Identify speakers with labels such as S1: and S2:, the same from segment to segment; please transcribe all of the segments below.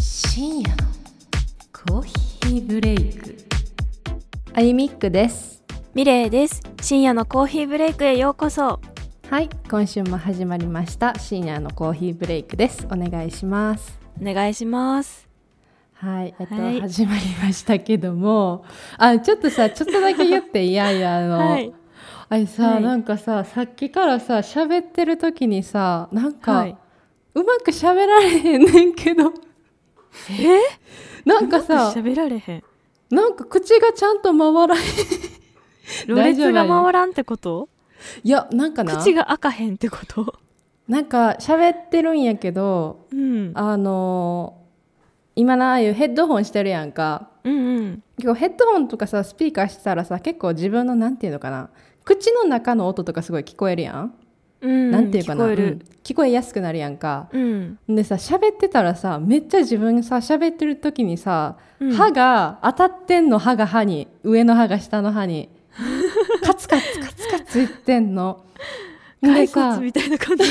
S1: 深夜のコーヒーブレイク
S2: あゆみっくです
S3: ミレイです深夜のコーヒーブレイクへようこそ
S2: はい今週も始まりました深夜のコーヒーブレイクですお願いします
S3: お願いします
S2: はいえっと、
S3: はい
S2: 始まりましたけどもあちょっとさちょっとだけ言っていやいやあの、
S3: はい
S2: あれさ、
S3: はい
S2: なんかささっきからさ喋ってる時にさなんか、
S3: はいう
S2: まく喋られへんねんけど
S3: え
S2: なんかさ
S3: 喋られへん
S2: なんか口がちゃんと回らへん
S3: ろれつが
S2: 大丈夫
S3: 回らんってこと
S2: いやなんかな
S3: 口が開かへんってこと
S2: なんか喋ってるんやけど
S3: うん
S2: あのー今なああいうヘッドホンしてるやんか
S3: うんうん
S2: 結構ヘッドホンとかさスピーカーしたらさ結構自分のなんていうのかな口の中の音とかすごい聞こえるやん、
S3: うん
S2: なんていうかな
S3: 聞こえ
S2: うん
S3: る
S2: 聞こえやすくなるやんか
S3: うん、
S2: でさ喋ってたらさめっちゃ自分さ喋ってる時にさ、
S3: うん
S2: 歯が当たってんの歯が歯に上の歯が下の歯にカツカツカツカツいってん の。で
S3: 骸
S2: さ
S3: 骨みたい な感じ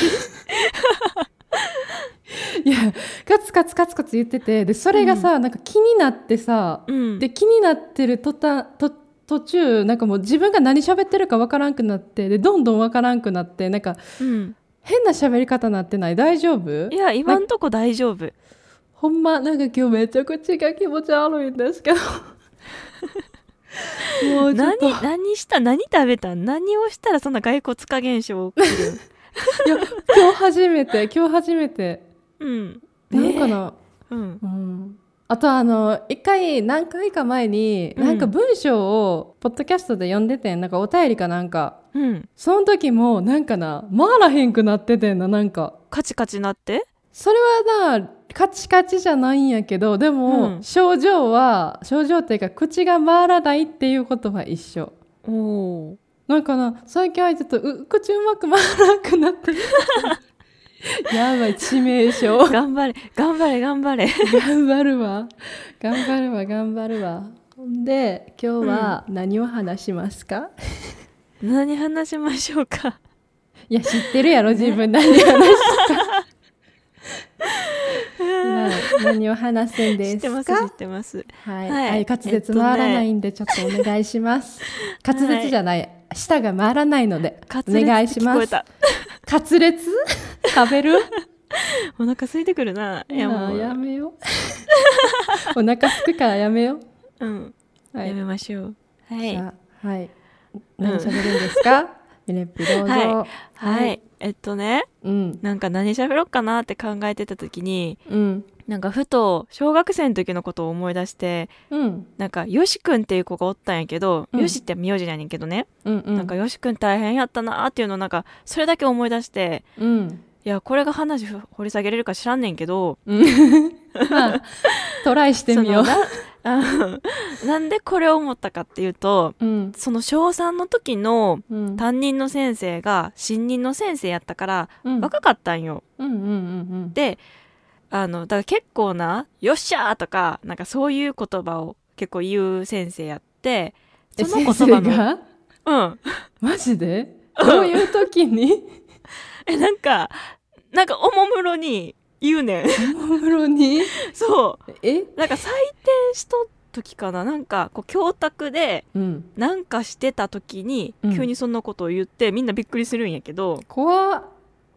S2: いやカツカツカツカツ言っててでそれがさ、なんか気になってさ、
S3: うん
S2: で気になってる途端と途中なんかもう自分が何喋ってるかわからんくなってでどんどんわからんくなってなんか
S3: うん
S2: 変な喋り方なってない大丈夫
S3: いや今んとこ大丈夫
S2: ほんまなんか今日めっちゃ口が気持ち悪いんです けどもうちょっ
S3: 何
S2: とい
S3: 何した何食べた何をしたらそんな骸骨化現象起き る
S2: や今日初めて今日初めて
S3: うん
S2: なんかな、
S3: うん
S2: うんあとあの一回何回か前に、
S3: うん
S2: なんか文章をポッドキャストで読んでてんなんかお便りかなんか
S3: うん
S2: その時もなんかな回らへんくなっててんななんか
S3: カチカチなって
S2: それはなカチカチじゃないんやけどでも、
S3: うん
S2: 症状は症状っていうか口が回らないっていうことは一緒
S3: おお
S2: なんかな最近はちょっとう口うまく回らなくなって やばい致命傷頑
S3: 頑張れ頑張れ頑張れ
S2: 張るわ頑張るわ頑張るわで今日は何を話しますか、
S3: 何話しましょうか
S2: いや知ってるやろ自分何を話 したか何を話すん
S3: 知
S2: で
S3: ってますす知
S2: か
S3: ってます
S2: はい、
S3: はい
S2: はい、滑舌回らないんでちょっとお願いし ます、滑舌じゃない、舌が回らないので
S3: カツ
S2: お
S3: レツ
S2: 願いし
S3: 聞
S2: ま
S3: こえ
S2: す
S3: た
S2: 滑舌食べる
S3: お腹空いてくるないや
S2: あ
S3: も
S2: ー
S3: う
S2: やめよう お腹すくからやめよ
S3: うん
S2: うは
S3: や
S2: い
S3: めましょうは
S2: じ
S3: い
S2: ゃあはい何喋るんです か、ミレッピどうぞ、
S3: はは
S2: はい
S3: いえっとね
S2: うん
S3: なんか何喋ろうかなって考えてた時に
S2: うん
S3: なんかふと小学生の時のことを思い出して
S2: うん
S3: なんかよしくんっていう子がおったんやけど、
S2: うん
S3: よしって名字やねんけどね、
S2: うんうん
S3: なんかよしくん大変やったなーっていうのをなんかそれだけ思い出して
S2: うん
S3: いやこれが話ふ掘り下げれるか知らんねんけど
S2: まあ、トライしてみよう。
S3: そのな あなんでこれを思ったかっていうと
S2: うん。
S3: その小3の時の
S2: うん。
S3: 担任の先生が新任の先生やったから
S2: うん。
S3: 若かったんよ。
S2: うんうんうん
S3: であのだから結構な「よっしゃー!」とかなんかそういう言葉を結構言う先生やって
S2: うん。
S3: その言
S2: え先
S3: 葉
S2: 生
S3: の
S2: が
S3: うん
S2: マジでこういう時に、
S3: えなんかなんかおもむろに言うねん
S2: おもむろに、
S3: そ
S2: え
S3: うなんか採点しとっ時かななんかこう教託で
S2: うん。
S3: なんかしてた時に
S2: うん
S3: 急にそんなことを言って、みんなびっくりするんやけど
S2: 怖っ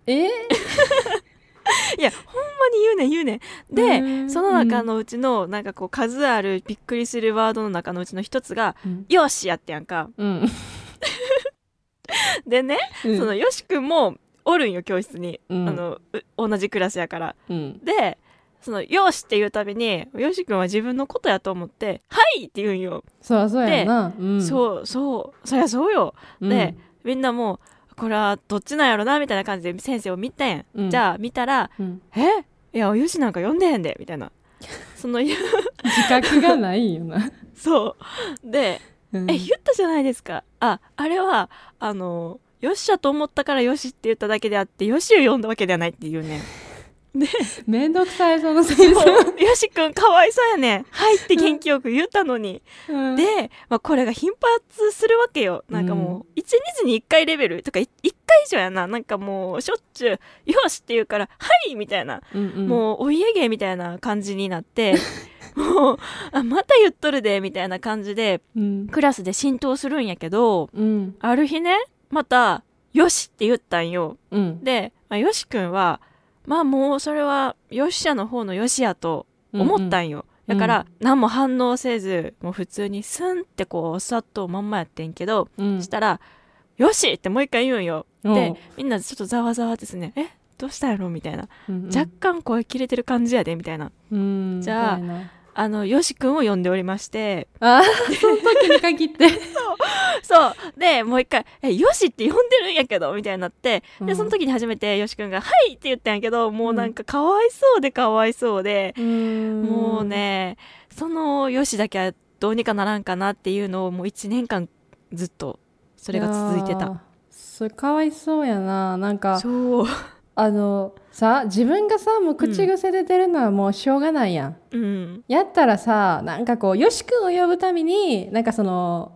S2: え
S3: いやほんまに言うねん言うねんで、
S2: うん
S3: その中のうちのなんかこう数あるびっくりするワードの中のうちの一つが
S2: うん
S3: 「よし!」やってやんか
S2: うん。
S3: でね、
S2: うん
S3: そのよしくんもおるんよ教室に、
S2: うん
S3: あのう同じクラスやから
S2: うん。
S3: でその「よし!」って言うたびによしくんは自分のことやと思って「はい!」って言うんよ、
S2: そうそうやな。うん。
S3: そうそうそりゃそうよ
S2: うん。
S3: でみんなもうこれはどっちなんやろなみたいな感じで先生を見てん、
S2: うん
S3: じゃあ見たら
S2: うん。
S3: 「えいやよしなんか読んでへんで」みた いなその
S2: 自覚がないよな。
S3: そうで
S2: う
S3: 「
S2: ん
S3: え言ったじゃないですかああれはあのよっしゃと思ったからよしって言っただけであってよしを読んだわけではない」っていうね
S2: めんどくさいその先生
S3: よし君かわいそうやねん入って元気よく言ったのに、
S2: うん
S3: で、まあ、これが頻発するわけよなんかもう1日に1回レベルとか1回以上やななんかもうしょっちゅう「よし!」って言うから「はい!」みたいな、
S2: うんうん
S3: もうお家芸みたいな感じになって もうあまた言っとるでみたいな感じで
S2: うん
S3: クラスで浸透するんやけど
S2: うん
S3: ある日ねまた「よし!」って言ったんよ
S2: うん
S3: で、まあ、よし君はまあもうそれはよっしゃの方のよしやと思ったんよ、
S2: うんうん
S3: だから何も反応せずもう普通にスンってこうさっとまんまやってんけど、
S2: うん
S3: したら「よし!」ってもう一回言うんよ
S2: うん
S3: でみんなちょっとざわざわですね「えどうしたやろ?」みたいな、
S2: うん
S3: 若干声切れてる感じやでみたいな
S2: うんうん
S3: じゃあ
S2: みたいな
S3: あのよし君を呼んでおりまして
S2: あーその時に限って
S3: そうでもう一回「えよし!」って呼んでるんやけどみたいになって
S2: う
S3: で
S2: ん
S3: その時に初めてよし君が「はい!」って言ったんやけどもうなんかかわいそうでかわいそうで、も
S2: も
S3: うねそのよしだけはどうにかならんかなっていうのをもう1年間ずっとそれが続いてた
S2: それかわいそうやななんか
S3: そう、
S2: あのさ自分がさもう口癖で出るのはもうしょうがないやん、
S3: うん、
S2: やったらさなんかこうよし君を呼ぶためになんかその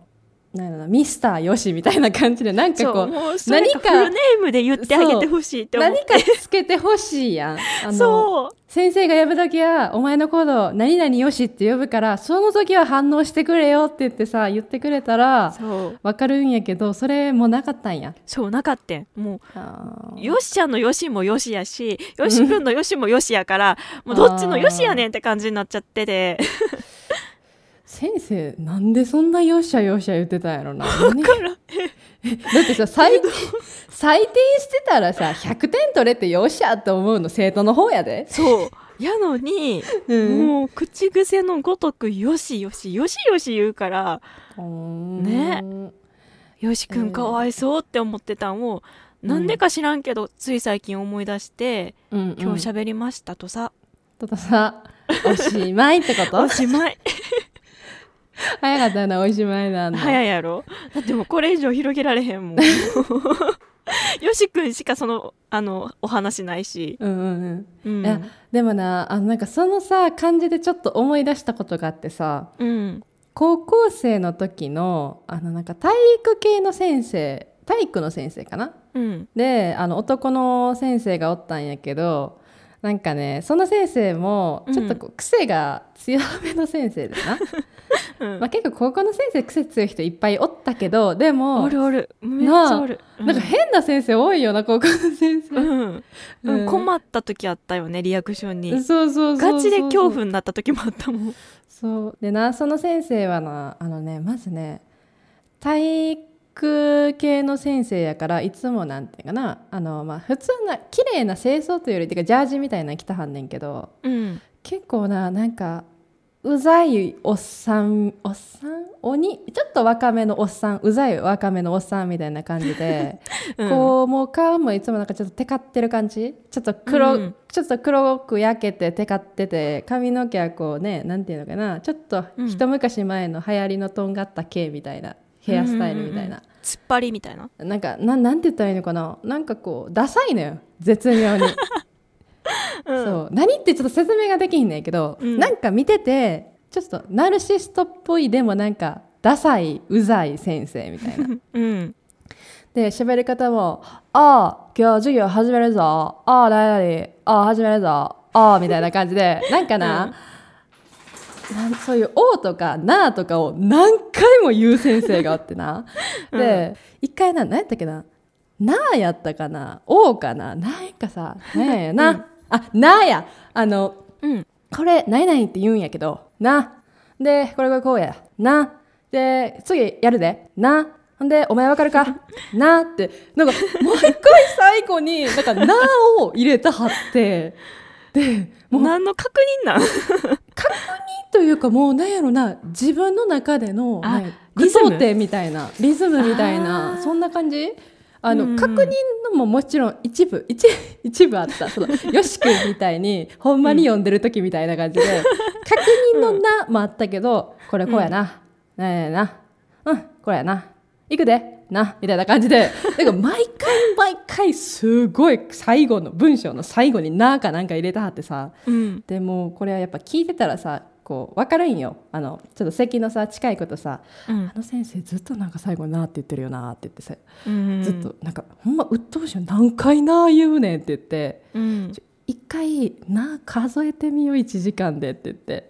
S2: なんだろうなミスターよしみたいな感じでなんか
S3: そ
S2: こ
S3: う
S2: う
S3: もうそれ
S2: 何
S3: か
S2: か
S3: フルネームで言ってあげてほしいって思う
S2: 何かつけてほしいや んあの
S3: そう
S2: 先生が呼ぶ時は「お前のこと何々よし」って呼ぶからその時は反応してくれよって言ってさ言ってくれたら
S3: そう
S2: わかるんやけどそれもなかったんや
S3: そうなかったんも
S2: あ
S3: う
S2: ー
S3: よしちゃんのよしもよしやしよしくんのよしもよしやからもうどっちのよしやねんって感じになっちゃってて
S2: 先生なんでそんなよっしゃよっしゃ言ってたんやろな 何だってさ採採点してたらさ100点取れてよっしゃって思うの生徒の方やで、
S3: そうやのに、もう口癖のごとくよしよしよしよし言うから
S2: うん
S3: ねよしくんかわいそうって思ってたんを、
S2: うん
S3: なんでか知らんけどつい最近思い出して
S2: うんうん
S3: 今日喋りましたとさ、
S2: たださおしまいってこと
S3: おしまい
S2: 早かったなおしまいなんだ
S3: 早いやろだってもうこれ以上広げられへんもんよしくんしかそのあのお話ないし、
S2: うんうんうん
S3: うん、
S2: いやでもなあのなんかそのさ感じでちょっと思い出したことがあってさ
S3: うん
S2: 高校生の時のあのなんか体育系の先生体育の先生かな
S3: うん
S2: であの男の先生がおったんやけどなんかねその先生もちょっとこう癖が強めの先生だ な、
S3: うん
S2: まあ、結構高校の先生癖強い人いっぱいおったけどでも
S3: おるおるめっちゃおる
S2: なんか変な先生多いよな高校の先生、
S3: うん、うん
S2: うん
S3: 困った時あったよねリアクションに
S2: そうそうそうそう
S3: ガチで恐怖になった時もあったもん
S2: そうでなその先生はなあのねまずね体育系の先生やからいつもなんていうかなあの、まあ、普通な綺麗な清掃というよりてかジャージみたいなの着たはんねんけど
S3: うん
S2: 結構ななんかうざいおっさんおっさん鬼ちょっと若めのおっさんうざい若めのおっさんみたいな感じで、
S3: うん
S2: こうもう顔もいつもなんかちょっとテカってる感じちょっと黒、
S3: うん
S2: ちょっと黒く焼けてテカってて髪の毛はこうねなんていうのかなちょっと
S3: うん
S2: 一昔前の流行りのとんがった系みたいなヘアスタイルみたいな、
S3: うんうんうん突っ張りみたいな
S2: なんかなんなんて言ったらいいのかななんかこうダサいのよ絶 妙に、そう何ってちょっと説明ができひんねんけど、
S3: うん
S2: なんか見ててちょっとナルシストっぽいでもなんかダサいうざい先生みたいな
S3: うん
S2: で喋り方も「ああ今日授業始めるぞああ誰々ああ始めるぞああ」みたいな感じ でなんかな、なんそういう「お」とか「な」とかを何回も言う先生がおって な
S3: うん
S2: で一回な何やったっけな「な」やったかな「お」かななんかさ「なんやな」あ「な」やあの
S3: うん
S2: これ何々って言うんやけどなでこれがこうやなで次やるでなほんでお前わかるかなってなんか毎回最後になんか「な」を入れたはってでもう
S3: 何の確認なん
S2: というかもうなんやろな自分の中での
S3: あ
S2: ね
S3: リ
S2: 句
S3: ズム
S2: 読点みたいなリズムみたい
S3: あ
S2: な
S3: ー
S2: そんな感じあの、
S3: うんうん
S2: 確認のももちろん一部一一部あったそのよしくんみたいにほんまに読んでる時みたいな感じで、確認の「な」もあったけどこれこうやな、なんやなうんこれやないくでなみたいな感じでなんか毎回毎回すごい最後の文章の最後に「な」かなんか入れたはってさ
S3: うん
S2: でもこれはやっぱ聞いてたらさこう分かるんよあのちょっと席のさ近いことさ
S3: うん
S2: あの先生ずっとなんか最後なって言ってるよなって言ってさ、
S3: うん
S2: ずっとなんかほんま鬱陶しいよ何回な言うねんって言って
S3: うん
S2: 一回な数えてみよう1時間でって言 って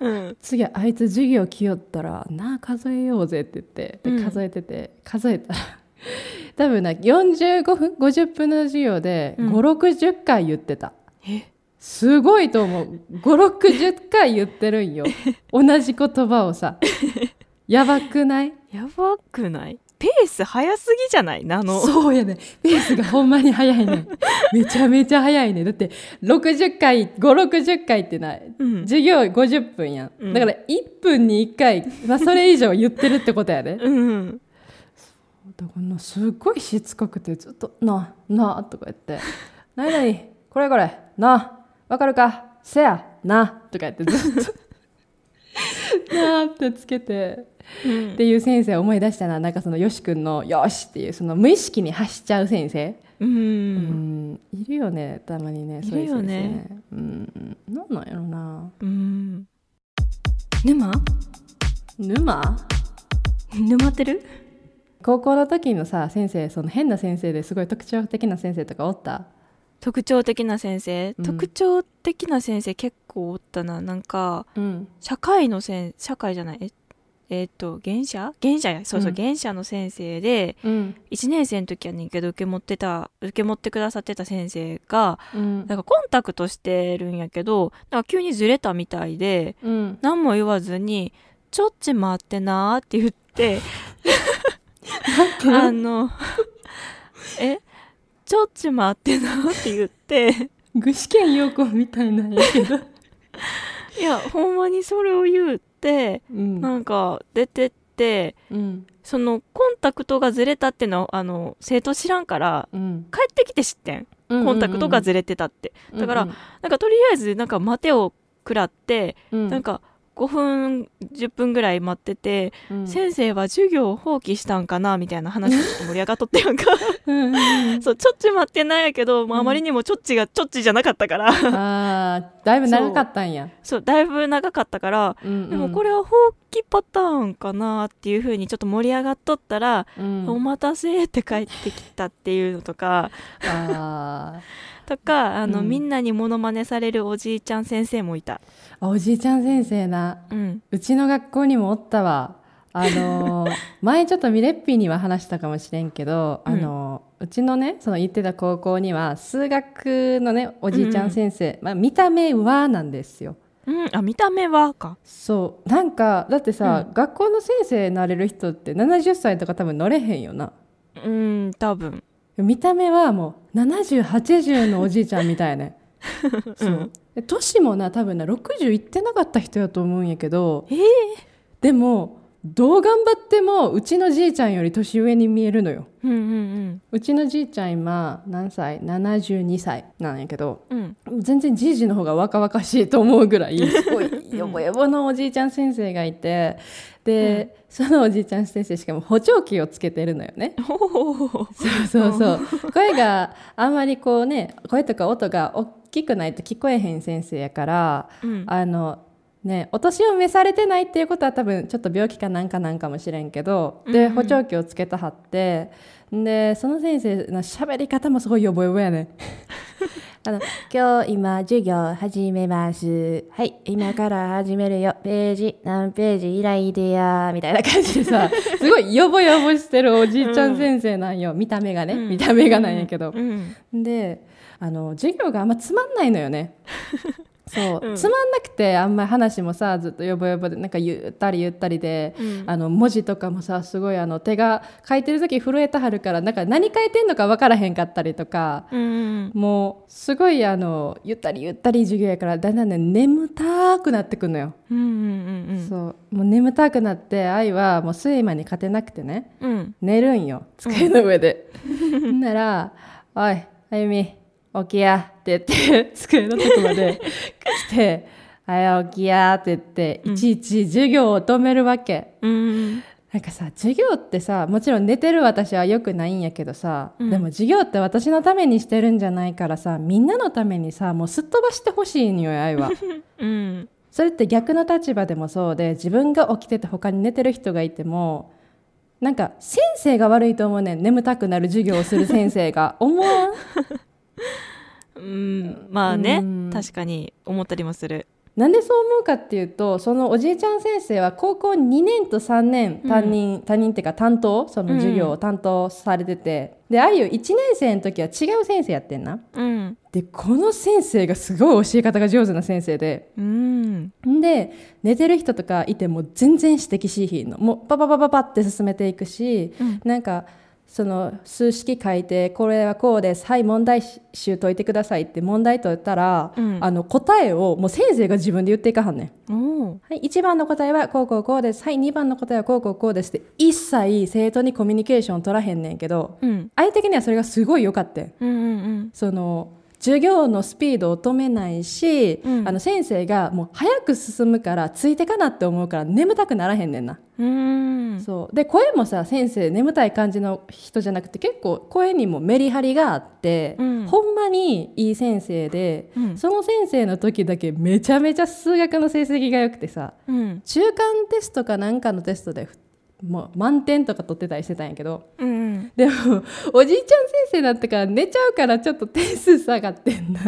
S3: うん
S2: 次あいつ授業来よったらな数えようぜって言って
S3: う
S2: で
S3: ん
S2: 数えてて、数えたら多分な45分50分の授業で
S3: うん
S2: 560回言ってた。
S3: え
S2: すごいと思う560回言ってるんよ同じ言葉をさやばくない
S3: やばくないペース早すぎじゃないなの
S2: そうやねペースがほんまに早いねめちゃめちゃ早いねだって60回560回ってない
S3: うん
S2: 授業50分やん、
S3: うん
S2: だから1分に1回、まあ、それ以上言ってるってことやで、ね、
S3: うん
S2: だからなすっごいしつこくてずっと「なあなあ」とか言って 「なになにこれこれなあわかるかせやなあ」とか言ってずっと「 なあ」ってつけて
S3: うん
S2: っていう先生を思い出したななんかそのよし君の「よし」っていうその無意識に発しちゃう先生、
S3: う
S2: うんん、いるよねたまにねそういう先生うん、なんなんやろな
S3: うん
S1: 沼
S2: 沼
S1: 沼ってる
S2: 高校の時のさ先生その変な先生ですごい特徴的な先生とかおった
S3: 特徴的な先生、
S2: うん
S3: 特徴的な先生結構おったななんか
S2: うん
S3: 社会の先社会じゃないええーっと原社原社やそうそう、
S2: うん
S3: 原社の先生で
S2: うん
S3: 1年生の時やねんけど受け持ってた受け持ってくださってた先生が
S2: うん
S3: なんかコンタクトしてるんやけどなんか急にずれたみたいで
S2: うん
S3: 何も言わずに「ちょっち待ってな」って言ってあの「えちょっち待ってな」って言って
S2: 具志堅用子みたいなんやけど、
S3: いやほんまにそれを言って
S2: うん
S3: なんか出てって
S2: うん
S3: そのコンタクトがずれたってのはあの生徒知らんから
S2: うん、
S3: 帰ってきて知ってんコンタクトがずれてたって、だから
S2: うん
S3: なんかとりあえずなんか待てを食らって、
S2: うん、
S3: なんか5分10分ぐらい待ってて、
S2: うん、
S3: 先生は授業を放棄したんかなみたいな話でちょっと盛り上がっとってやん か
S2: うんうん
S3: そうちょっち待ってないやけど、まあ、あまりにもちょっちがちょっちじゃなかったから
S2: うん、あーだいぶ長かったんや、
S3: そうだいぶ長かったから
S2: うんうん、
S3: でもこれは放棄パターンかなっていう風にちょっと盛り上がっとったら
S2: う
S3: 「
S2: ん、
S3: お待たせ」って帰ってきたっていうのと か
S2: あー
S3: とかあの、
S2: うん
S3: みんなにモノマネされるおじいちゃん先生もいた。
S2: あおじいちゃん先生な
S3: うん、
S2: うちの学校にもおったわあの ー前ちょっとミレッピーには話したかもしれんけど、あのーうちのねその行ってた高校には数学のねおじいちゃん先生、まあ、見た目はなんですよ
S3: うん、あ見た目はか。
S2: そうなんかだってさ、
S3: う
S2: 学校の先生になれる人って70歳とか多分乗れへんよな
S3: うん多分。
S2: 見た目はもう7080のおじいちゃんみたい ねそうで年もな多分な60いってなかった人やと思うんやけど
S3: えー、
S2: でもどう頑張ってもうちのじいちゃんより年上に見えるのよ
S3: うんうん
S2: うちのじいちゃん今何歳72歳なんやけど
S3: うん うん
S2: 全然じいじの方が若々しいと思うぐらいすごいよぼよぼのおじいちゃん先生がいてで、そのおじいちゃん先生しかも補聴器をつけてるのよ ね。
S3: おー
S2: そうそうそう声があんまりこうね声とか音が大きくないと聞こえへん先生やから
S3: うん
S2: あのねお年を召されてないっていうことは多分ちょっと病気かなんかなんかもしれんけど
S3: うんう
S2: で
S3: ん
S2: 補聴器をつけたはってでその先生の喋り方もすごいよぼよぼや ねあの今日今授業始めますはい今から始めるよページ何ページ依頼でやみたいな感じで さすごいよぼよぼしてるおじいちゃん先生なんよ、見た目がね、
S3: うん
S2: 見た目がなんやけど、
S3: うん
S2: であの授業があんまつまんないのよ ねそう、
S3: うん
S2: つまんなくてあんまり話もさずっとよぼよぼでなんかゆったりゆったりで、
S3: うん
S2: あの文字とかもさすごいあの手が書いてる時震えたはるからなんか何書いてんのか分からへんかったりとか、
S3: うん
S2: もうすごいあのゆったりゆったり授業やからだんだんね眠たくなってくんのよ、
S3: うんうんうん
S2: そうもう眠たくなって愛はもう睡魔に勝てなくてね、
S3: うん
S2: 寝るんよ机の上で、ん、なら「おいあゆみ起きや」って言って 机のとこまで来 て「あや起きや」って言って、
S3: うん
S2: いちいち授業を止めるわけ
S3: うん
S2: なんかさ授業ってさもちろん寝てる私は良くないんやけどさ、
S3: うん
S2: でも授業って私のためにしてるんじゃないからさみんなのためにさもうすっ飛ばしてほしいのよ愛は
S3: うん
S2: それって逆の立場でもそうで自分が起きてて他に寝てる人がいてもなんか先生が悪いと思うねん眠たくなる授業をする先生が思わん
S3: うんまあね
S2: うん
S3: 確かに思ったりもする
S2: なんでそう思うかっていうとそのおじいちゃん先生は高校2年と3年担任、担任っていうか担当その授業を担当されてて、であゆ1年生の時は違う先生やってんな
S3: うん
S2: でこの先生がすごい教え方が上手な先生で
S3: うん
S2: んで寝てる人とかいても全然指摘しひんのもうパパパパパって進めていくし、
S3: うん
S2: なんかその数式書いてこれはこうですはい問題集解いてくださいって問題解いたら、
S3: うん
S2: あの答えをもう先生が自分で言っていかはんねん。
S3: おー
S2: はい、1番の答えはこうこうこうです。はい、2番の答えはこうこうこうですって、一切生徒にコミュニケーション取らへんねんけど、
S3: うん
S2: 相手的にはそれがすごい良かった。
S3: うんうん
S2: その、授業のスピードを止めないし、
S3: うん
S2: あの先生がもう早く進むからついてかなって思うから眠たくならへんねんな。
S3: うんうん
S2: そう。で、声もさ、先生眠たい感じの人じゃなくて結構声にもメリハリがあって、
S3: うん
S2: ほんまにいい先生で、
S3: うん
S2: その先生の時だけめちゃめちゃ数学の成績が良くてさ、
S3: うん
S2: 中間テストかなんかのテストでふもう満点とか取ってたりしてたんやけど
S3: うん
S2: でもおじいちゃん先生になってから寝ちゃうからちょっと点数下がってんな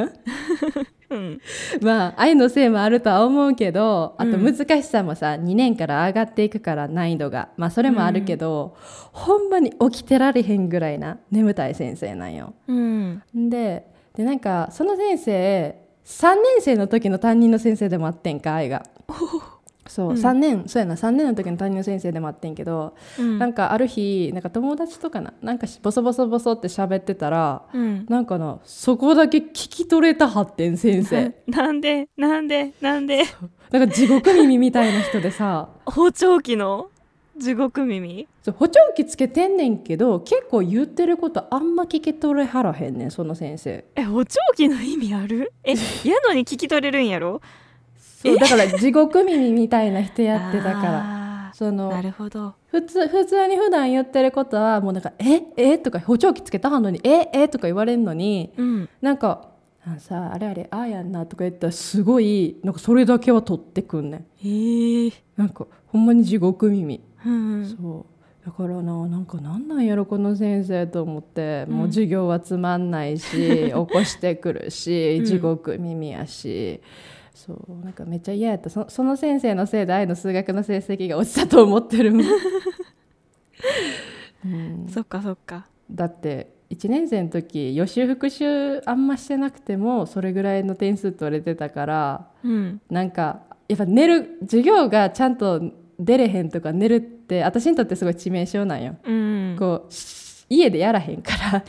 S3: うん
S2: まあ愛のせいもあるとは思うけどあと
S3: うん
S2: 難しさもさ、2年から上がっていくから難易度がまあそれもあるけど、ほんまに起きてられへんぐらいな眠たい先生なんよ。
S3: うん
S2: ででなんかその先生3年生の時の担任の先生でもあってんか愛が。そう、
S3: うん
S2: 3年そうやな3年の時の担任の先生でもあってんけど、
S3: うん
S2: なんかある日なんか友達とかななんかしボソボソボソって喋ってたら
S3: うん
S2: なんかなそこだけ聞き取れたはってん先 生
S3: なんでなんでなんで
S2: なんか地獄耳みたいな人でさ
S3: 包丁機の地獄耳
S2: そう補聴器つけてんねんけど結構言ってることあんま聞き取れはらへんねんその先生
S3: え補聴器の意味ある えやのに聞き取れるんやろ
S2: そうだから地獄耳みたいな人やってたから
S3: ら
S2: その
S3: なるほど
S2: 普通普通に普段言ってることはもうなんか「ええとか補聴器つけたはんのに「ええとか言われんのに
S3: うん
S2: なんか「あさあれあれああやんな」とか言ったらすごいなんかそれだけは取ってくんねん
S3: えー、
S2: なんかほんまに地獄耳、
S3: うん
S2: そうだからななんかなんなんやろこの先生と思って、もううん授業はつまんない し起こしてくるし
S3: うん
S2: 地獄耳やし、そうなんかめっちゃ嫌やったそその先生のせいで愛の数学の成績が落ちたと思 ってるもん、うん
S3: そっかそっか
S2: だって1年生の時予習復習あんましてなくてもそれぐらいの点数取れてたから
S3: うん
S2: なんかやっぱ寝る授業がちゃんと出れへんとか寝るって私にとってすごい致命傷なんよ。
S3: うん
S2: こうし家でやらへんから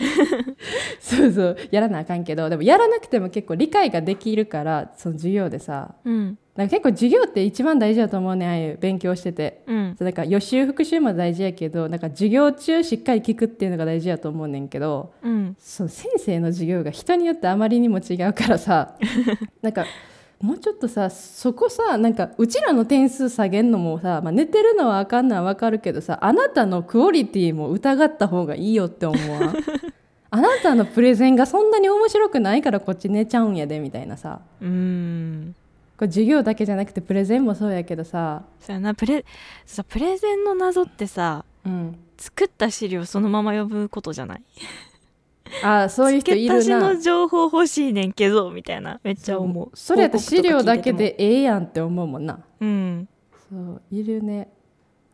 S2: そうそうやらなあかんけどでもやらなくても結構理解ができるからその授業でさ
S3: うん
S2: なんか結構授業って一番大事だと思うねんああいう勉強してて
S3: うん
S2: そうなんか予習復習も大事やけどなんか授業中しっかり聞くっていうのが大事やと思うねんけど
S3: うん
S2: その先生の授業が人によってあまりにも違うから さなんかもうちょっとさそこさなんかうちらの点数下げんのもさ、まあ、寝てるのはあかんのはわかるけどさあなたのクオリティも疑った方がいいよって思わ んあなたのプレゼンがそんなに面白くないからこっち寝ちゃうんやでみたいなさ
S3: うん
S2: これ授業だけじゃなくてプレゼンもそうやけどさ、
S3: そうやなプレそうプレゼンの謎ってさ
S2: うん、
S3: 作った資料そのまま呼ぶことじゃない
S2: あそういう人いる
S3: 付け足し
S2: な
S3: の情報欲しいねんけどみたいなめっちゃ思う
S2: それやったら資料だけ
S3: 報告とか聞いて
S2: でええやんって思うもんな
S3: てもうん
S2: そういるね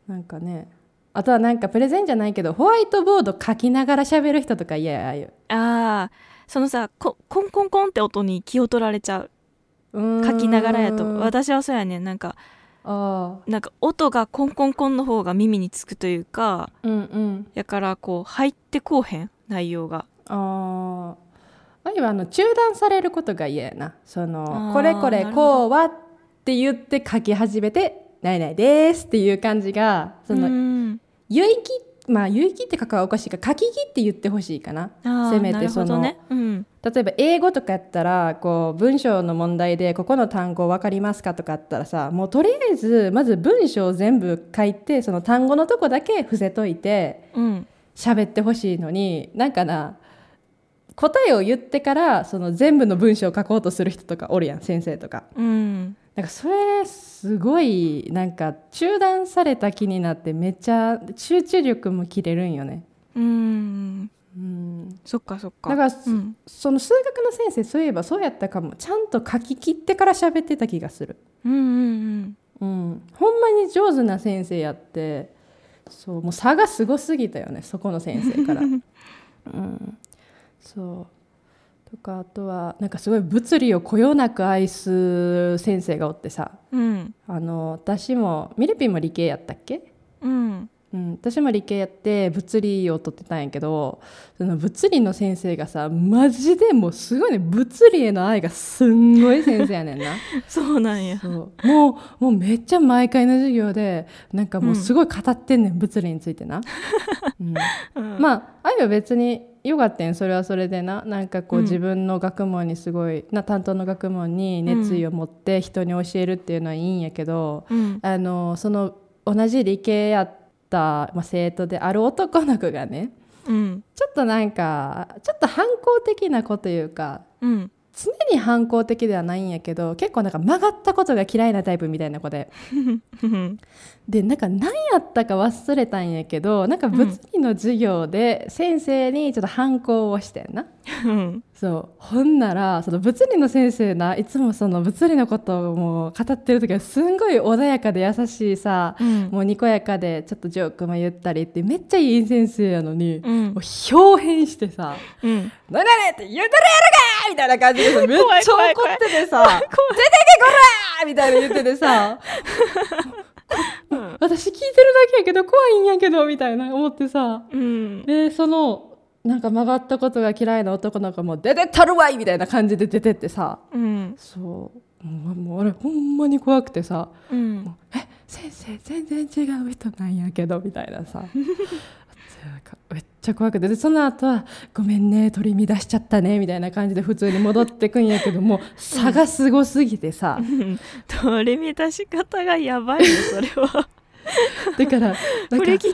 S2: なんかねあとはなんかプレゼンじゃないけどホワイトボード書きながら喋る人とか嫌やああいう
S3: ああそのさこコンコンコンって音に気を取られちゃう
S2: うーん
S3: 書きながらやと私はそうやねんなんか
S2: ああ
S3: なんか音がコンコンコンの方が耳につくというか
S2: うんうん
S3: やからこう入ってこうへん内容が
S2: ああああいうあの中断されることが嫌やなそ
S3: あ
S2: の
S3: ー
S2: これこれ
S3: なるほど
S2: こうはって言って書き始めて「ないないです」っていう感じがその
S3: うん
S2: 有益まあ有意義って書くはおかしいから書き義って言ってほしいかなせめてその、
S3: なるほどねうん
S2: 例えば英語とかやったらこう文章の問題でここの単語分かりますかとかあったらさもうとりあえずまず文章全部書いてその単語のとこだけ伏せといて
S3: うん、
S2: 喋ってほしいのになんかな答えを言ってからその全部の文章を書こうとする人とかおるやん先生とか
S3: うん、
S2: なんかそれすごいなんか中断された気になってめっちゃ集中力も切れるんよね。
S3: うん、
S2: うん
S3: そっかそっか
S2: だから
S3: うん、
S2: その数学の先生そういえばそうやったかもちゃんと書き切ってから喋ってた気がする、
S3: うんうん
S2: うん、ほんまに上手な先生やってそうもう差がすごすぎたよねそこの先生から、うん、そうとかあとはなんかすごい物理をこよなく愛す先生がおってさ
S3: うん
S2: あの私もミルピンも理系やったっけ
S3: うん
S2: うん、私も理系やって物理を取ってたんやけどその物理の先生がさマジでもうすごいね物理への愛がすんごい先生やねん な
S3: そうなんや
S2: そうもうもうめっちゃ毎回の授業でなんかもううんすごい語ってんねん、物理について な、うん、
S3: うん
S2: まあ愛は別によかったんそれはそれでななんかこう、
S3: うん
S2: 自分の学問にすごいな担当の学問に熱意を持って人に教えるっていうのはいいんやけど、
S3: うん
S2: あのその同じ理系やった、まあ、生徒である男の子がね
S3: うん
S2: ちょっとなんかちょっと反抗的な子というか
S3: うん
S2: 常に反抗的ではないんやけど結構なんか曲がったことが嫌いなタイプみたいな子で
S3: うん
S2: でなんか何やったか忘れたんやけどなんか物理の授業で先生にちょっと反抗をしてんな。
S3: うん
S2: そうほんならその物理の先生ないつもその物理のことをもう語ってる時はすんごい穏やかで優しいさ、
S3: うん
S2: もうにこやかでちょっとジョークも言ったりってめっちゃいい先生やのに、も
S3: うん
S2: う表変してさ
S3: うん
S2: 「何やねんって言うとるやろが!」みたいな感じでさめっちゃ
S3: 怖い
S2: 怒
S3: 怖
S2: っ
S3: い
S2: ててさ「出てけこら!」みたいな言っててさ
S3: うん
S2: 私聞いてるだけやけど怖いんやけどみたいな思ってさ
S3: うん
S2: でそのなんか曲がったことが嫌いな男の子も「出てったるわい!」みたいな感じで出てってさ
S3: うん
S2: そうもうもうあれほんまに怖くてさ
S3: うん
S2: 先生全然違う人なんやけどみたいなさなんかめっちゃ怖くてでその後は「ごめんね取り乱しちゃったね」みたいな感じで普通に戻ってくんやけども差がすごすぎてさ
S3: 取り乱し方がやばいよそれは
S2: だからな
S3: こ
S2: んか
S3: れきっ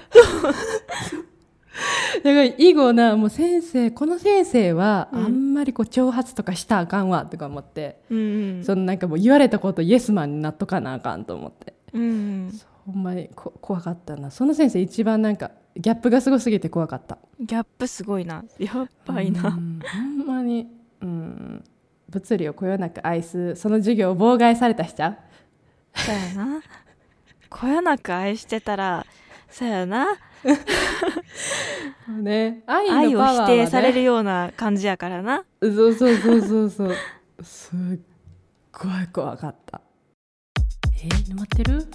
S2: だから以後なもう先生この先生は
S3: うん
S2: あんまりこう挑発とかしたらあかんわとか思って、
S3: とうん
S2: そのなんかもう言われたことイエスマンになっとかなあかんと思って
S3: うん
S2: ほんまにこ怖かったなその先生一番なんかギャップがすごすぎて怖かった。
S3: ギャップすごいなやばい
S2: うん
S3: な
S2: ほんまに、うん、物理をこよなく愛すその授業を妨害されたしちゃう
S3: そうやなこよなく愛してたらそうやな
S2: ね、愛
S3: 愛
S2: の
S3: を
S2: パワーは、ね、
S3: 否定されるような感じやからな
S2: そうそうそうそうそうすっごい怖かった
S1: えー、沼ってる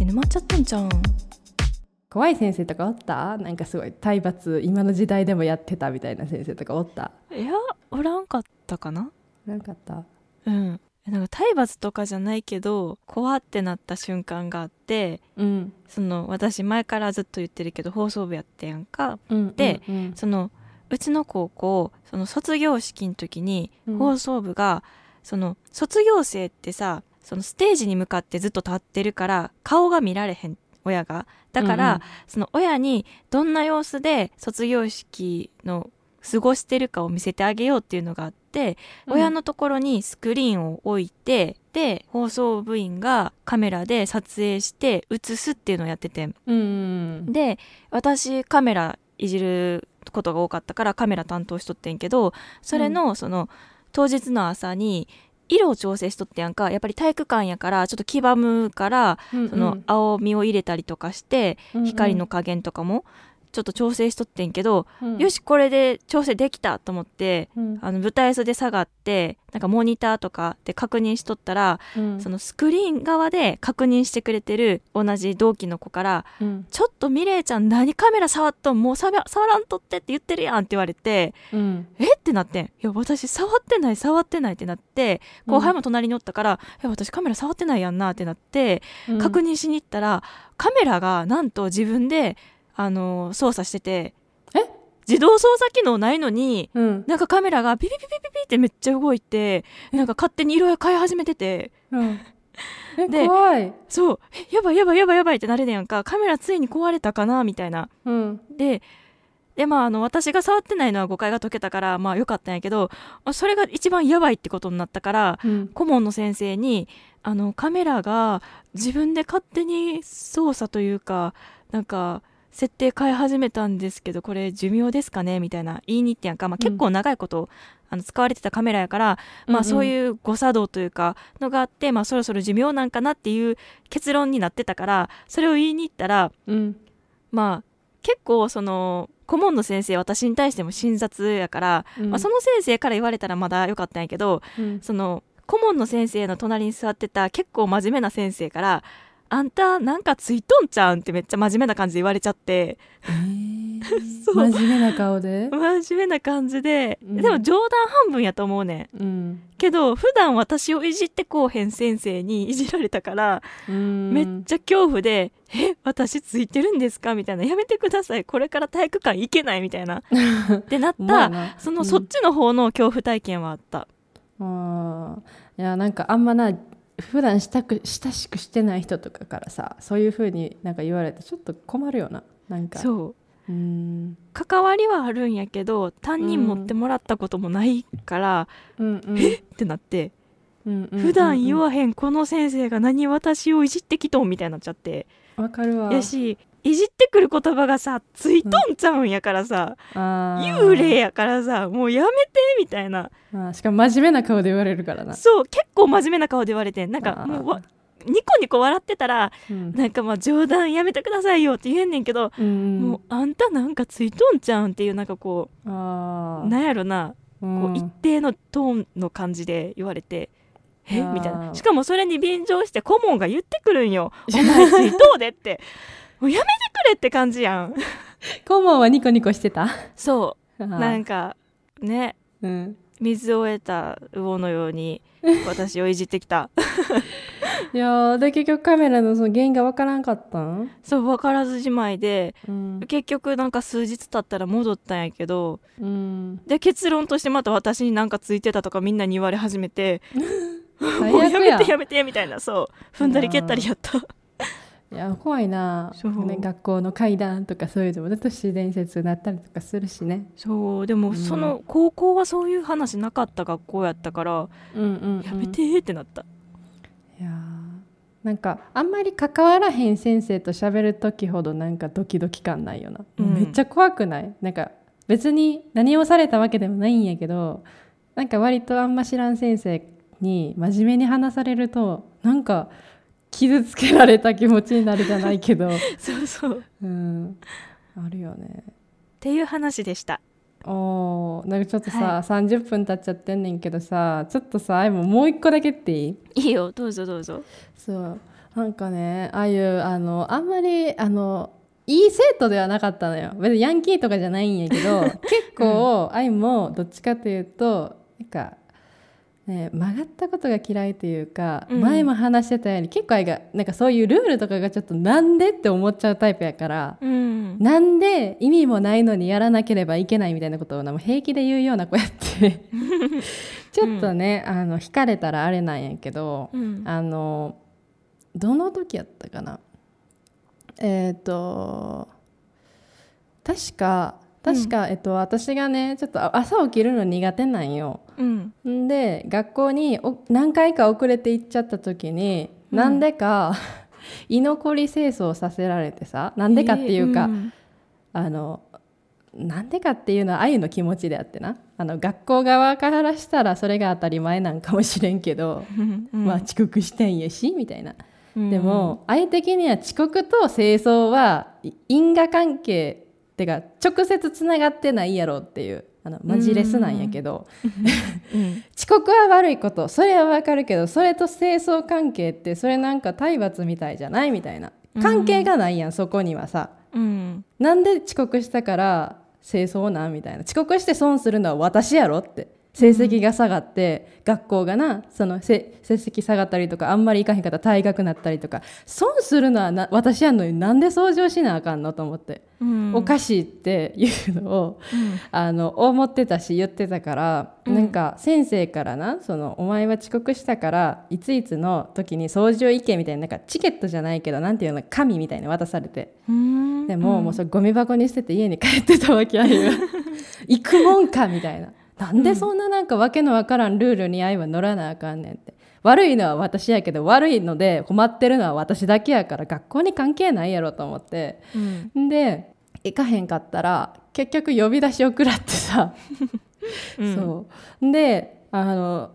S3: え沼っちゃったんじゃん
S2: 怖い先生とかおったなんかすごい体罰今の時代でもやってたみたいな先生とかおった
S3: いやおらんかったかな
S2: なんかあった
S3: うんなんか体罰とかじゃないけど怖ってなった瞬間があって
S2: うん
S3: その私前からずっと言ってるけど放送部やってやんか
S2: うん
S3: で
S2: うんうん
S3: そのうちの高校その卒業式の時に
S2: うん
S3: 放送部が、その卒業生ってさそのステージに向かってずっと立ってるから顔が見られへん親がだから、
S2: うんうん
S3: その親にどんな様子で卒業式の過ごしてるかを見せてあげようっていうのがあって、
S2: うん
S3: 親のところにスクリーンを置いてで放送部員がカメラで撮影して映すっていうのをやっててん
S2: うんうん
S3: で私カメラいじることが多かったからカメラ担当しとってんけどそれのその、当日の朝に色を調整しとってやんかやっぱり体育館やからちょっと黄ばむから
S2: うん
S3: その青みを入れたりとかして、
S2: うんうん
S3: 光の加減とかもちょっと調整しとってんけど、
S2: うん
S3: よしこれで調整できたと思って
S2: うん
S3: あの舞台袖下がってなんかモニターとかで確認しとったら、
S2: うん
S3: そのスクリーン側で確認してくれてる同じ同期の子から
S2: うん
S3: ちょっとミレイちゃん何カメラ触っとんもう触触らんとってって言ってるやんって言われて
S2: うん
S3: えってなってんいや私触ってない触ってないってなって後輩も隣におったから、え私カメラ触ってないやんなってなって
S2: うん
S3: 確認しに行ったらカメラがなんと自分であの操作してて
S2: え
S3: 自動操作機能ないのに
S2: うん
S3: なんかカメラがピピピピピピってめっちゃ動いてなんか勝手に色を変え始めてて
S2: うんえ
S3: で
S2: 怖い
S3: そうえやばいやばいやばいやばいってなれるやんかカメラついに壊れたかなみたいな
S2: うん
S3: ででまああの私が触ってないのは誤解が解けたからまあよかったんやけどあそれが一番やばいってことになったから
S2: うん
S3: 顧問の先生にあのカメラが自分で勝手に操作というかなんか設定変え始めたんですけどこれ寿命ですかねみたいな言いに行ってやんか、ま
S2: う
S3: あ、
S2: ん
S3: 結構長いこと、あの使われてたカメラやから、まあ、そう
S2: う
S3: いう誤作動というかのがあって、まあ、そろそろ寿命なんかなっていう結論になってたからそれを言いに行ったら
S2: うん
S3: まあ結構その顧問の先生私に対しても辛雑やから、
S2: うん
S3: まあ、その先生から言われたらまだよかったんやけど、
S2: うん
S3: その顧問の先生の隣に座ってた結構真面目な先生から「あんたなんかついとんちゃうん」ってめっちゃ真面目な感じで言われちゃって
S2: えー
S3: そう
S2: 真面目な顔で
S3: 真面目な感じで、
S2: うん
S3: でも冗談半分やと思うねん
S2: うん
S3: けど普段私をいじってこうへん先生にいじられたから、
S2: うん
S3: めっちゃ恐怖で「え私ついてるんですか?」みたいな「やめてくださいこれから体育館行けない」みたい なってなっ
S2: ほんまや
S3: た
S2: な
S3: その、
S2: うん
S3: そっちの方の恐怖体験はあった。
S2: あーいやなんかあんまな普段したく親しくしてない人とかからさそういうふうになんか言われてちょっと困るよななんかう
S3: そう
S2: ーん
S3: 関わりはあるんやけど担任持ってもらったこともないから、
S2: うんうん
S3: えってなっ
S2: う
S3: て、
S2: んうん
S3: 普段言
S2: うん
S3: わへんこの先生が何私をいじってきとんみたいになっちゃって
S2: うんわかるわ
S3: やしいじってくる言葉がさついとんちゃうんやからさ、
S2: あー
S3: 幽霊やからさもうやめてみたいな
S2: あーしかも真面目な顔で言われるからな
S3: そう結構真面目な顔で言われてんなんか
S2: あー
S3: もうわニコニコ笑ってたら
S2: うん
S3: なんかまあ冗談やめてくださいよって言えんねんけど、
S2: うん
S3: もうあんたなんかついとんちゃうんっていうなんかこう
S2: あー
S3: なんやろな
S2: う
S3: こうん一定のトーンの感じで言われて「え
S2: あー
S3: みたいなしかもそれに便乗して顧問が言ってくるんよ「お前ついとうで」 って「もうやめてくれ」って感じやん
S2: 顧問はニコニコしてた
S3: そ
S2: な
S3: う なんかね
S2: うん
S3: 水を得た魚のよう に私をいじってきた
S2: いやーで結局カメラのその原因がわからんかったん、
S3: そう分からずじまいで
S2: うん
S3: 結局なんか数日経ったら戻ったんやけど
S2: うん、
S3: で結論としてまた私になんかついてたとかみんなに言われ始めて「
S2: 最
S3: もうや
S2: 悪や
S3: めてやめて」みたいなそう踏んだり蹴ったりやった。
S2: いや怖いな、
S3: そう
S2: ね、学校の階段とかそういうのもね都市伝説になったりとかするしね
S3: そうでも
S2: うん
S3: その高校はそういう話なかった学校やったから、
S2: うんうん、
S3: やめてーってなった、
S2: いやーなんかあんまり関わらへん先生と喋る時ほどなんかドキドキ感ないよな、
S3: うん
S2: めっちゃ怖くないなんか別に何をされたわけでもないんやけどなんか割とあんま知らん先生に真面目に話されるとなんか傷つけられた気持ちになるじゃないけ ど
S3: そうそうっ
S2: うんあるよね
S3: ていう話でした
S2: おーなんかちょっとさ、
S3: は
S2: 30分経っちゃってんねんけどさちょっとさもうもう一個だけっていい
S3: いいよどうぞどうぞ
S2: そうなんかねああいうあのあんまりあのいい生徒ではなかったのよ別にヤンキーとかじゃないんやけ ど結構愛もどっちかというとなんか、ね、曲がったことが嫌いというか、
S3: うん
S2: 前も話してたように結構愛がなんかそういうルールとかがちょっとなんでって思っちゃうタイプやから。
S3: うん
S2: なんで意味もないのにやらなければいけないみたいなことをなもう平気で言うような子やって ちょっとね、あの惹かれたらあれなんやけど、
S3: うん
S2: あのどの時やったかなえっ、と確か確か、えっと、私がねちょっとあ朝起きるの苦手なんよ。
S3: うん
S2: んで学校にお何回か遅れて行っちゃった時に
S3: うん
S2: な、んでか 居残り清掃させられてさなんでかっていうか、
S3: えーん
S2: あのなんでかっていうのはあゆの気持ちであってなあの学校側からしたらそれが当たり前なんかもしれんけど、
S3: うんうん
S2: まあ遅刻してんやしみたいな
S3: うん
S2: でも、相的には遅刻と清掃はい因果関係ってか直接つながってないやろっていうあのマジレスなんやけど、
S3: うん
S2: 遅刻は悪いことそれはわかるけどそれと清掃関係ってそれなんか体罰みたいじゃないみたいな
S3: うん
S2: 関係がないやんそこにはさ
S3: うん
S2: なんで遅刻したから清掃なんみたいな遅刻して損するのは私やろって成績が下がって学校がなそのせ成績下がったりとかあんまりいかへんかったら退学なったりとか損するのはな私やんのになんで掃除をしなあかんのと思って、おか
S3: し
S2: しいっていうのをあの思ってたし言ってたから、
S3: うん
S2: なんか先生からなその「お前は遅刻したからいついつの時に掃除を行け」みたいななんかチケットじゃないけどなんていうの紙みたいなの渡されてでも、もうそれゴミ箱に捨てて家に帰ってたわけある よ行くもんかみたいななんでそんななんかわけのわからんルールに愛は乗らなあかんねんって悪いのは私やけど悪いので困ってるのは私だけやから学校に関係ないやろと思って
S3: うん
S2: で行かへんかったら結局呼び出しを食らってさ、
S3: うん
S2: そうであの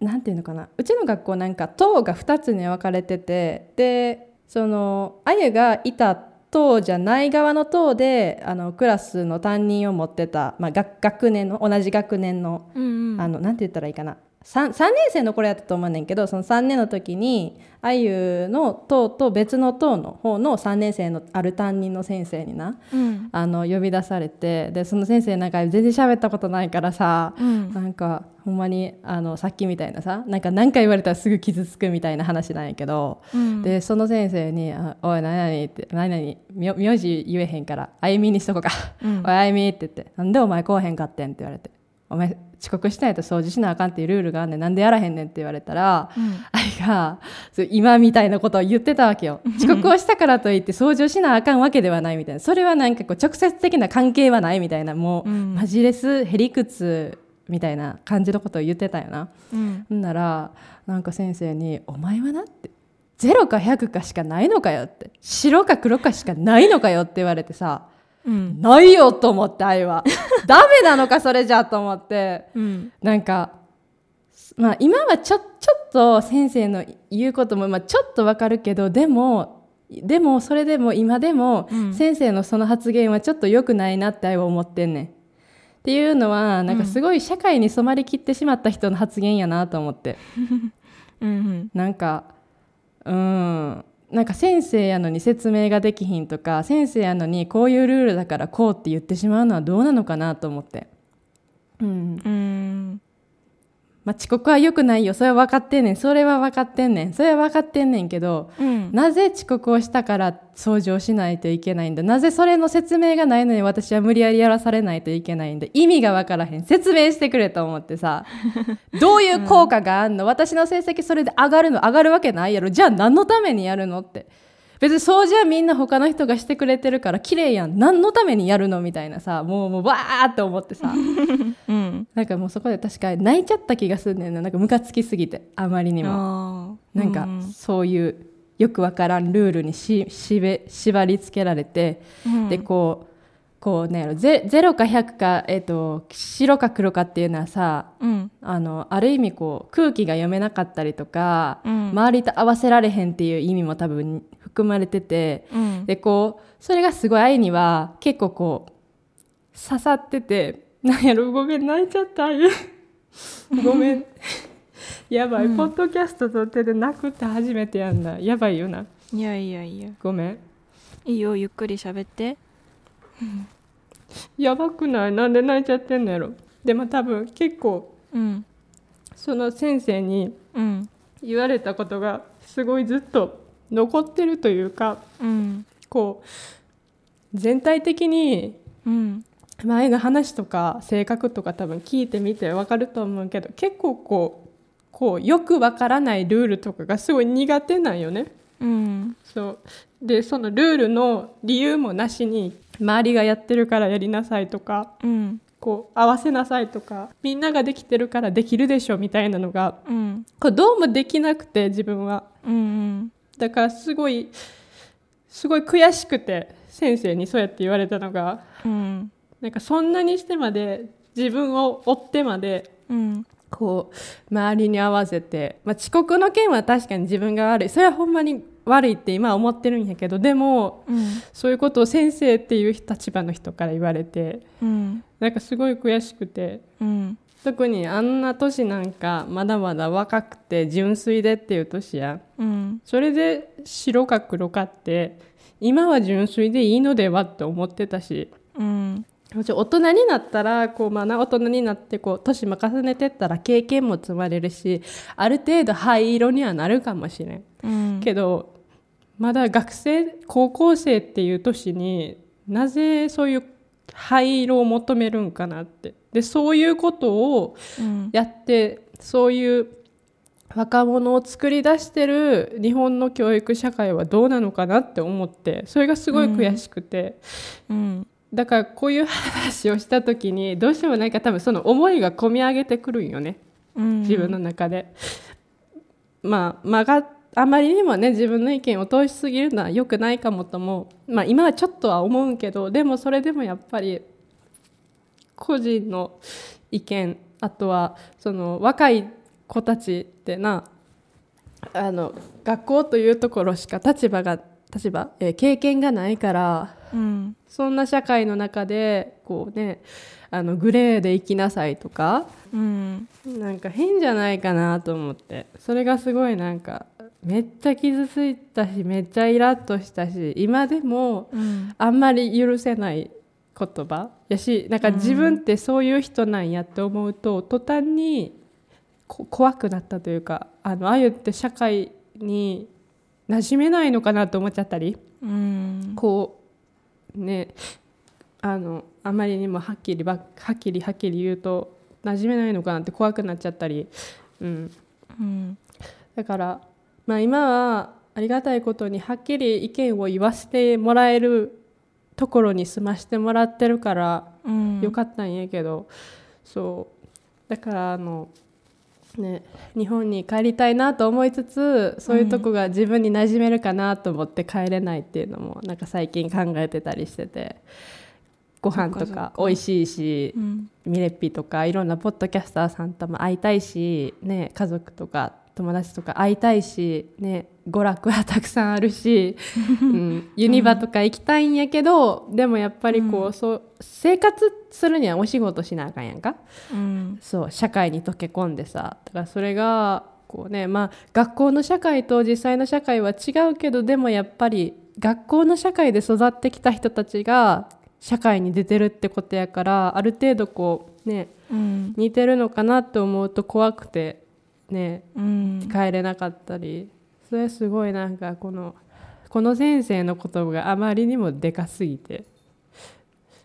S2: なんていうのかなうちの学校なんか塔が2つに分かれててでそのあゆがいた塔じゃない側の塔であのクラスの担任を持ってた、まあ、学学年の同じ学年の
S3: うんうん
S2: あのなんて言ったらいいかな 3, 三年生の頃やったと思うねんけどその3年の時にあゆの党と別の党の方の3年生のある担任の先生にな
S3: うん
S2: あの呼び出されてでその先生なんか全然喋ったことないからさ
S3: うん
S2: なんかほんまにあのさっきみたいなさなんか何か言われたらすぐ傷つくみたいな話なんやけど、
S3: うん
S2: でその先生に「あおい何々」って「何々みょ名字言えへんからあゆみにしとこか」
S3: うん
S2: おいあいみって言って「なんでお前来おへんかってん」って言われて「お前遅刻しないと掃除しなあかんっていうルールがあんねんなんでやらへんねん」って言われたら、
S3: うん
S2: あいがそう今みたいなことを言ってたわけよ遅刻をしたからといって掃除をしなあかんわけではないみたいなそれはなんかこう直接的な関係はないみたいなもう、
S3: うん
S2: マジレスへりくつみたいな感じのことを言ってたよな。
S3: うん
S2: んならなんか先生に「お前はな」って「0か100かしかないのかよ」って「白か黒かしかないのかよ」って言われてさ
S3: うん
S2: ないよと思って愛は ダメなのかそれじゃと思って
S3: うん
S2: なんかまあ今はちょちょっと先生の言うことも、まあ、ちょっとわかるけどでもでもそれでも今でも
S3: うん
S2: 先生のその発言はちょっと良くないなって愛は思ってんねん。っていうのはなんかすごい社会に染まりきってしまった人の発言やなと思って。
S3: うん
S2: なんかうんなんか先生やのに説明ができひんとか先生やのにこういうルールだからこうって言ってしまうのはどうなのかなと思って、うん
S3: うん
S2: まあ、遅刻は良くないよそれは分かってんねんそれは分かってんねんそれは分かってんねんけど
S3: うん
S2: なぜ遅刻をしたから掃除をしないといけないんだなぜそれの説明がないのに私は無理やりやらされないといけないんだ意味が分からへん説明してくれと思って さどういう効果があんの私の成績それで上がるの上がるわけないやろじゃあ何のためにやるのって別に掃除はみんな他の人がしてくれてるから綺麗やん何のためにやるのみたいなさもうもうわーって思ってさ
S3: うん
S2: なんかもうそこで確か泣いちゃった気がすんねんななんかムカつきすぎてあまりにも。
S3: あー
S2: なん
S3: う
S2: か
S3: ん
S2: そういうよくわからんルールにししべ縛り付けられて、
S3: うん
S2: でこうこうねゼ0か100か、えっと白か黒かっていうのはさ
S3: うん
S2: あのある意味こう空気が読めなかったりとか、
S3: うん
S2: 周りと合わせられへんっていう意味も多分含まれてて、
S3: うん
S2: でこうそれがすごい愛には結構こう刺さっててなんやろごめん泣いちゃった愛 ごめんやばい、ポッドキャストと手で泣くって初めてやんなやばいよない
S3: やいやいや
S2: ごめん
S3: いいよゆっくり喋って
S2: やばくないなんで泣いちゃってんのやろでも多分結構
S3: うん
S2: その先生に
S3: うん
S2: 言われたことがすごいずっと残ってるというか
S3: うん
S2: こう全体的に
S3: うん
S2: 前の話とか性格とか多分聞いてみてわかると思うけど結構こうこうよくわからないルールとかがすごい苦手なんよね。
S3: うん
S2: そうでそのルールの理由もなしに周りがやってるからやりなさいとか
S3: うん
S2: こう合わせなさいとかみんなができてるからできるでしょみたいなのが
S3: うん
S2: こうどうもできなくて自分は
S3: うん
S2: だからすごいすごい悔しくて先生にそうやって言われたのが
S3: うん
S2: なんかそんなにしてまで自分を追ってまで
S3: うん
S2: こう周りに合わせて、まあ、遅刻の件は確かに自分が悪いそれはほんまに悪いって今は思ってるんやけどでも
S3: うん
S2: そういうことを先生っていう立場の人から言われて
S3: うん
S2: なんかすごい悔しくて
S3: うん
S2: 特にあんな年なんかまだまだ若くて純粋でっていう年やん
S3: うん
S2: それで白か黒かって今は純粋でいいのではって思ってたし
S3: うん
S2: もちろん大人になったらこう、まあな、大人になってこう年も重ねてったら経験も積まれるしある程度灰色にはなるかもしれん
S3: うん
S2: けどまだ学生高校生っていう年になぜそういう灰色を求めるんかなってでそういうことを
S3: うん
S2: やってそういう若者を作り出してる日本の教育社会はどうなのかなって思ってそれがすごい悔しくて、
S3: うん
S2: だからこういう話をした時にどうしてもなんか多分その思いが込み上げてくるんよね
S3: うん
S2: 自分の中で。まあ曲があまりにもね自分の意見を通しすぎるのは良くないかもとも、まあ、今はちょっとは思うんけどでもそれでもやっぱり個人の意見あとはその若い子たちってなあの学校というところしか立場が立場、えー経験がないから
S3: うん
S2: そんな社会の中でこうねあのグレーで生きなさいとか
S3: うん
S2: なんか変じゃないかなと思ってそれがすごいなんかめっちゃ傷ついたしめっちゃイラッとしたし今でも
S3: うん
S2: あんまり許せない言葉やしなんか自分ってそういう人なんやって思うと途端にこ怖くなったというかあのあゆって社会に馴染めないのかなと思っちゃったり。
S3: うん
S2: こうねあのあまりにもはっきりばっはっきりはっきり言うと馴染めないのかなって怖くなっちゃったり、うん、
S3: うん
S2: だから、まあ、今はありがたいことにはっきり意見を言わせてもらえるところに住ましてもらってるから
S3: うん
S2: よかったんやけど、そうだからあのね日本に帰りたいなと思いつつそういうとこが自分に馴染めるかなと思って帰れないっていうのもなんか最近考えてたりしててご飯
S3: そ
S2: と
S3: っか
S2: か美味しいし
S3: う、ん
S2: ミレッピとかいろんなポッドキャスターさんとも会いたいし、ね、家族とか友達とか会いたいし、ね、娯楽はたくさんあるし、うん、ユニバとか行きたいんやけど、でもやっぱりこう、そう生活するにはお仕事しなあかんやんか
S3: うん
S2: そう社会に溶け込んでさだからそれがこう、ねまあ、学校の社会と実際の社会は違うけどでもやっぱり学校の社会で育ってきた人たちが社会に出てるってことやからある程度こうね
S3: うん
S2: 似てるのかなと思うと怖くてね
S3: うん
S2: 帰れなかったりそれすごいなんかこのこの先生の言葉があまりにもでかすぎて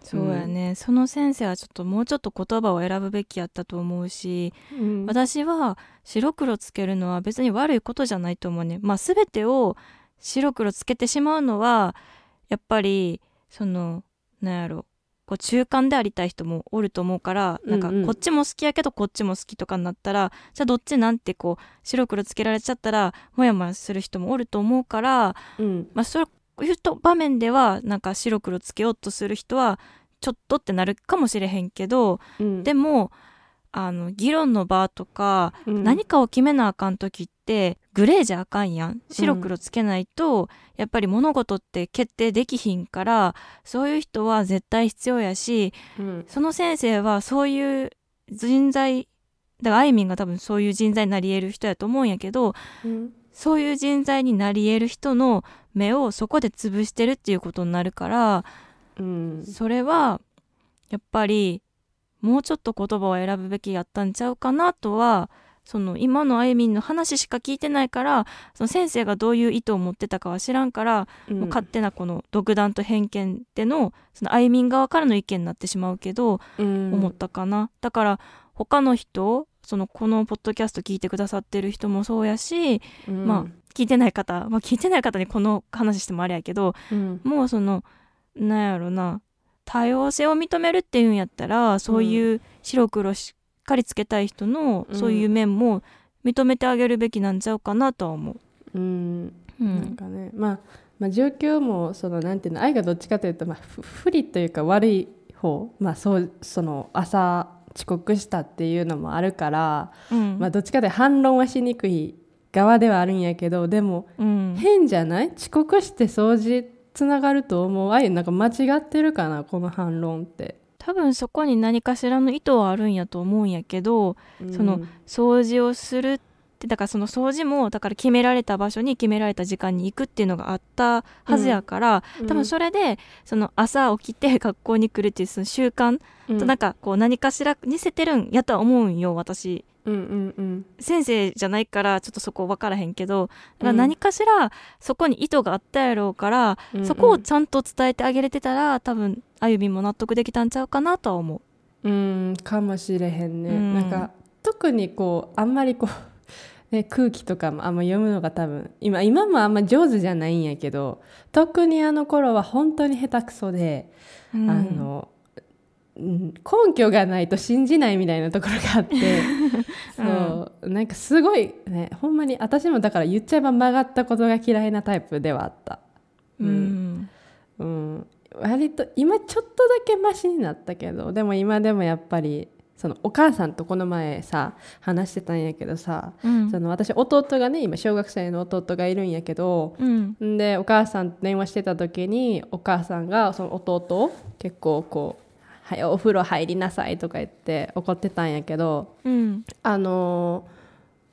S3: そうやね、その先生はちょっともうちょっと言葉を選ぶべきやったと思うし、
S2: うん
S3: 私は白黒つけるのは別に悪いことじゃないと思うね、まあ、全てを白黒つけてしまうのはやっぱりそのなんやろこう中間でありたい人もおると思うからなんか
S2: うんうん
S3: こっちも好きやけどこっちも好きとかになったらじゃあどっちなんてこう白黒つけられちゃったらモヤモヤする人もおると思うから
S2: うん
S3: まあ、そういうと場面ではなんか白黒つけようとする人はちょっとってなるかもしれへんけど
S2: うん
S3: でもあの議論の場とか、
S2: うん
S3: 何かを決めなあかん時ってグレーじゃあかんやん白黒つけないと、やっぱり物事って決定できひんからそういう人は絶対必要やし
S2: うん
S3: その先生はそういう人材だからあいみんが多分そういう人材になり得る人やと思うんやけど、
S2: うん
S3: そういう人材になり得る人の目をそこで潰してるっていうことになるから
S2: うん
S3: それはやっぱりもうちょっと言葉を選ぶべきやったんちゃうかなとはその今のあゆみんの話しか聞いてないからその先生がどういう意図を持ってたかは知らんから、
S2: うん
S3: もう勝手なこの独断と偏見でのそのあゆみん側からの意見になってしまうけど、
S2: うん
S3: 思ったかな、だから他の人そのこのポッドキャスト聞いてくださってる人もそうやし
S2: うん
S3: ま聞いてない方、まあ、聞いてない方にこの話してもあれやけど
S2: うん
S3: もうそのなんやろな多様性を認めるっていうんやったらそういう白黒しっかりつけたい人の、
S2: うん
S3: そういう面も認めてあげるべきなんちゃうかなとは思う。
S2: うん
S3: う
S2: なんかね、まあ、まあ状況もそのなんていうの愛がどっちかというと、まあ、ふ不利というか悪い方、まあ、そうその朝遅刻したっていうのもあるから、
S3: うん
S2: まあ、どっちかで反論はしにくい側ではあるんやけどでも
S3: うん
S2: 変じゃない遅刻して掃除つながると思うああいうなんか間違ってるかなこの反論って。
S3: 多分そこに何かしらの意図はあるんやと思うんやけど、その掃除をするっでだからその掃除もだから決められた場所に決められた時間に行くっていうのがあったはずやから、
S2: うん
S3: 多分それでその朝起きて学校に来るっていうその習慣
S2: うん
S3: となんかこう何かしら似せてるんやとは思うんよ私
S2: うんうんうん
S3: 先生じゃないからちょっとそこ分からへんけどだから
S2: うん
S3: 何かしらそこに意図があったやろうから、そこをちゃんと伝えてあげれてたら多分あゆみんも納得できたんちゃうかなとは思う。
S2: うんかもしれへんね、
S3: うん
S2: なんか特にこうあんまりこう、ね、 空気とかもあんま読むのが多分今今もあんま上手じゃないんやけど特にあの頃は本当に下手くそで、
S3: うん
S2: あのうん根拠がないと信じないみたいなところがあっ てそう、なんかすごいねほんまに私もだから言っちゃえば曲がったことが嫌いなタイプではあった。
S3: うん
S2: うん、割と今ちょっとだけマシになったけどでも今でもやっぱりそのお母さんとこの前さ話してたんやけどさ、
S3: うん
S2: その私弟がね今小学生の弟がいるんやけど、
S3: うん
S2: んでお母さんと電話してた時にお母さんがその弟を結構こう「はいお風呂入りなさい」とか言って怒ってたんやけど
S3: うん
S2: あのー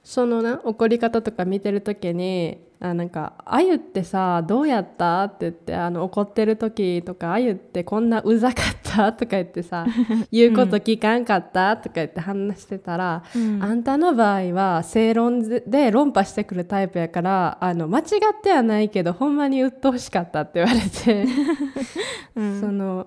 S2: そのな怒り方とか見てる時に「あなんかあゆってさどうやった?」って言ってあの怒ってる時とか「あゆってこんなうざかった?」とか言って さ「言うこと聞かんかった?」とか言って話してたら、
S3: うん
S2: あんたの場合は正論で論破してくるタイプやからあの間違ってはないけどほんまに鬱陶しかったって言われて。
S3: うん
S2: その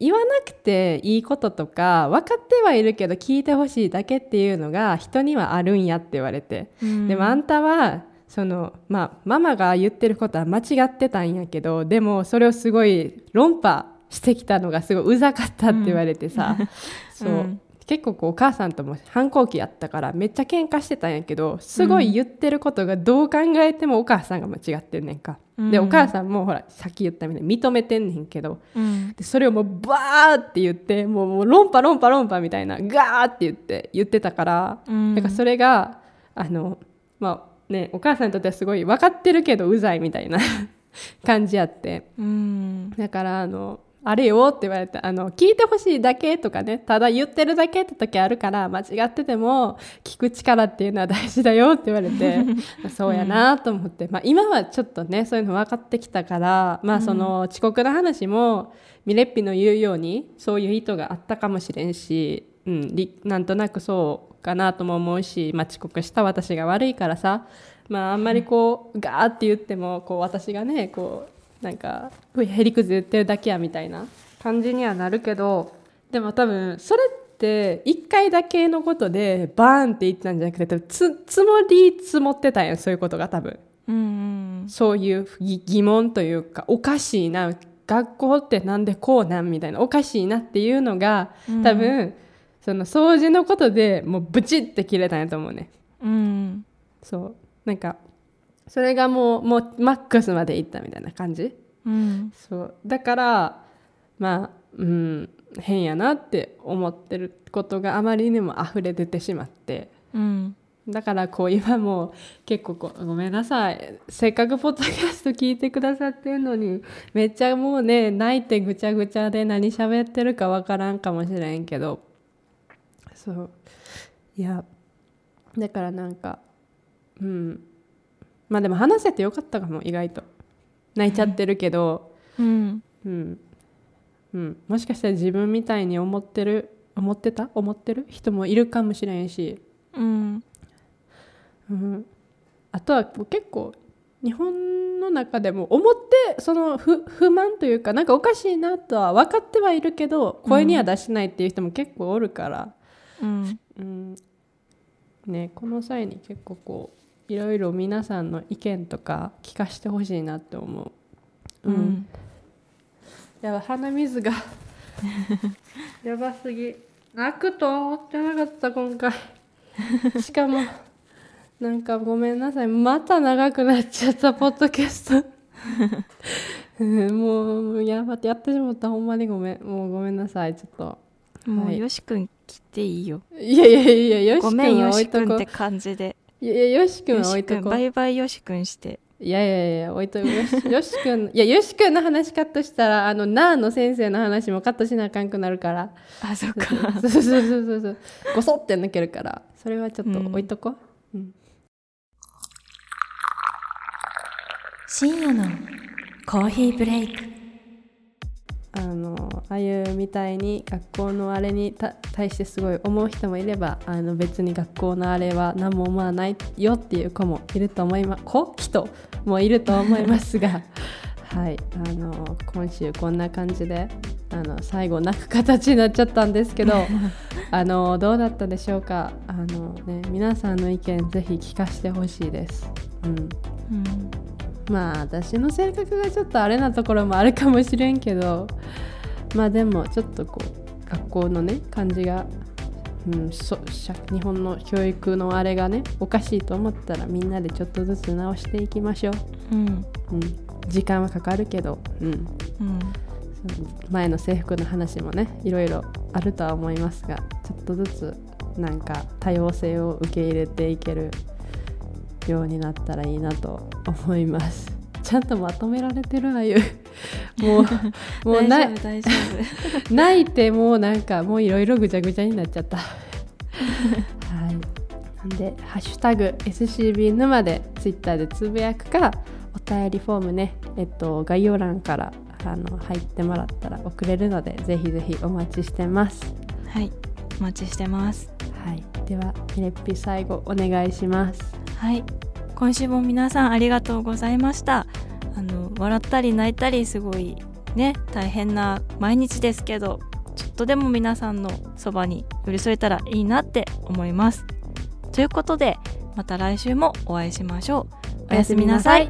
S2: 言わなくていいこととか分かってはいるけど聞いてほしいだけっていうのが人にはあるんやって言われて、
S3: うん
S2: でもあんたはその、まあ、ママが言ってることは間違ってたんやけどでもそれをすごい論破してきたのがすごいうざかったって言われてさ、 そう、
S3: うん
S2: 結構こうお母さんとも反抗期やったからめっちゃ喧嘩してたんやけどすごい言ってることがどう考えてもお母さんが間違ってんねんか、で
S3: うん
S2: お母さんもほらさっき言ったみたいに認めてんねんけど、
S3: うん
S2: でそれをもうバーって言ってもうもう論破論破論破みたいなガーって言って言ってたから、
S3: うん
S2: なんかそれがあのまあねお母さんにとってはすごい分かってるけどうざいみたいな 感じやって
S3: うん
S2: だからあのあれよって言われてあの聞いてほしいだけとかねただ言ってるだけって時あるから間違ってても聞く力っていうのは大事だよって言われ てそうやなと思って、まあ、今はちょっとねそういうの分かってきたから、まあ、その遅刻の話もミレッピの言うようにそういう意図があったかもしれんし、うん、りなんとなくそうかなとも思うし、まあ、遅刻した私が悪いからさ、まあ、あんまりこうガーって言ってもこう私がねこうなんかへりくず言ってるだけやみたいな感じにはなるけどでも多分それって1回だけのことでバーンって言ったんじゃなくて多分つ積もり積もってたんやそういうことが多分
S3: うん
S2: そういう疑疑問というかおかしいな学校ってなんでこうなんみたいなおかしいなっていうのが
S3: うん
S2: 多分、その掃除のことでもうブチって切れたんやと思うね。
S3: うん
S2: そうなんかそれがもうもうマックスまでいったみたいな感じ
S3: うん
S2: そうだからまあうん変やなって思ってることがあまりにも溢れ出てしまって
S3: うん
S2: だからこう今もう結構こうごめんなさいせっかくポッドキャスト聞いてくださってるのにめっちゃもうね泣いてぐちゃぐちゃで何喋ってるかわからんかもしれんけどそういやだからなんかうんまあでも話せてよかったかも意外と泣いちゃってるけど。
S3: うん
S2: うんうん、もしかしたら自分みたいに思ってる思ってた思ってる人もいるかもしれんし、
S3: うん
S2: うん、あとはもう結構日本の中でも思ってその不不満というかなんかおかしいなとは分かってはいるけど声には出しないっていう人も結構おるから、
S3: うん
S2: うんね、この際に結構こういろいろ皆さんの意見とか聞かせてほしいなって思う。
S3: うん
S2: やばい鼻水 がやばすぎ泣くと思ってなかった今 回しかもなんかごめんなさいまた長くなっちゃったポッドキャ ストうんもうもうやばってやってしまったほんまにごめんもうごめんなさいちょっ と
S3: も
S2: は
S3: う
S2: い
S3: よしくん切っていいよ
S2: いやいやいやいやよし
S3: ご
S2: 君
S3: めん
S2: は
S3: よ
S2: 置
S3: し
S2: いと
S3: くん
S2: こ
S3: っ
S2: う
S3: て感じで
S2: いやいやよし君
S3: よ
S2: は置
S3: し
S2: い
S3: く
S2: と
S3: ん
S2: こ
S3: バ
S2: う
S3: イバイよしくんして
S2: いやいやいや置いとこうよしよし君いやよし君の話カットしたらあのなあの先生の話もカットしなあかんくなるから
S3: あそっ
S2: そう
S3: か
S2: そうそうそうそうそうごそって抜けるからそれはちょっと置いとこう、うん
S1: 深夜のコーヒーブレイク
S2: あのあゆみたいに学校のあれにた対してすごい思う人もいればあの別に学校のあれは何も思わないよっていう子もいると思います子人もいると思います がはいあの今週こんな感じであの最後泣く形になっちゃったんですけ どあのどうだったでしょうかあの、ね、皆さんの意見ぜひ聞かせてほしいです。うん
S3: うん
S2: まあ私の性格がちょっとあれなところもあるかもしれんけどまあでもちょっとこう学校のね感じが、うん、そ社日本の教育のあれがねおかしいと思ったらみんなでちょっとずつ直していきましょう、
S3: う
S2: う
S3: ん
S2: ん、時間はかかるけど、うん、
S3: うん
S2: その前の制服の話もねいろいろあるとは思いますがちょっとずつなんか多様性を受け入れていけるようになったらいいなと思います ちゃんとまとめられてるあゆもう もうな
S3: 大丈夫大丈 夫
S2: 泣いてもうなんかもういろいろぐちゃぐちゃになっちゃったはいなんで「ハッシュタグ #SCB 沼」でツイッターでつぶやくかお便りフォームねえっと概要欄からあの入ってもらったら送れるのでぜひぜひお待ちしてます
S3: はいお待ちしてます
S2: はいではミレッピ最後お願いします
S3: はい今週も皆さんありがとうございましたあの笑ったり泣いたりすごいね大変な毎日ですけどちょっとでも皆さんのそばに寄り添えたらいいなって思いますということでまた来週もお会いしましょうおやすみなさい